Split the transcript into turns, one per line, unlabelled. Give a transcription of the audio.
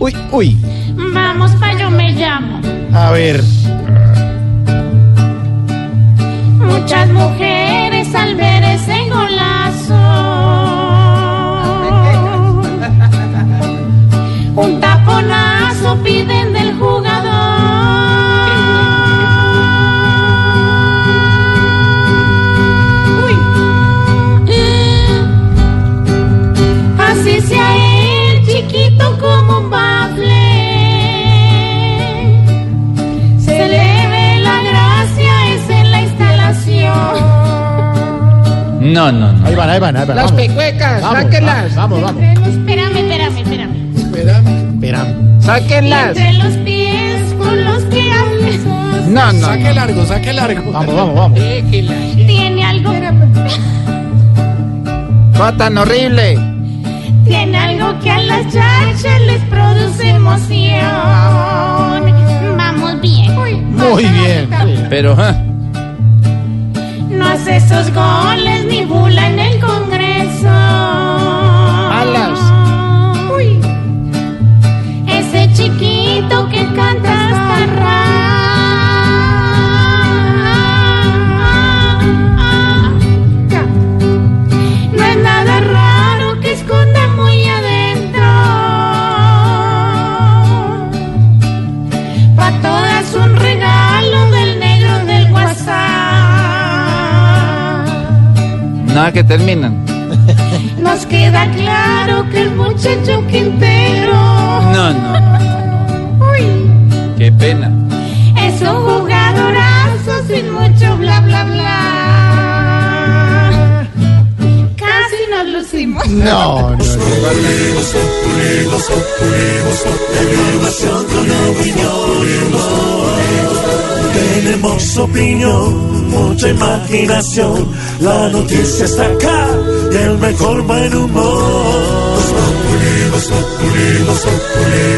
Uy, uy.
Vamos pa' yo me llamo.
A ver.
Muchas mujeres al ver ese golazo. Un taponazo piden del jugador. Uy. Eh. Así sea él chiquito como un bafle. Se le ve la gracia, es en la instalación.
No, no, no.
Ahí van, ahí van, ahí van.
Las
vamos.
pecuecas,
Vamos,
sáquenlas.
Vamos, vamos.
Espérame, espérame, espérame.
Esperamos.
Sáquenlas.
Entre los pies con los que hablas,
No, no. no.
largo, saque largo. Vamos, vamos, vamos.
Déjenlas.
tiene algo,
Cosa tan horrible.
tiene algo que a las chachas les produce emoción. Vamos bien.
Muy bien.
Pero, ah,
No hace esos goles ni bula en el Congreso.
Alas.
Uy. Ese chiquito que canta hasta ra. No es nada raro que esconda muy adentro. Pa' todas un regalo del negro del WhatsApp.
nada que terminan.
Nos queda claro que el muchacho Quintero
No, no.
uy,
Qué pena.
es un jugadorazo sin mucho bla bla bla. Casi nos lucimos.
No, no, no.
Tenemos opinión, mucha imaginación. La noticia está acá y el mejor buen humor. Los Populi, los Populi, los Populi,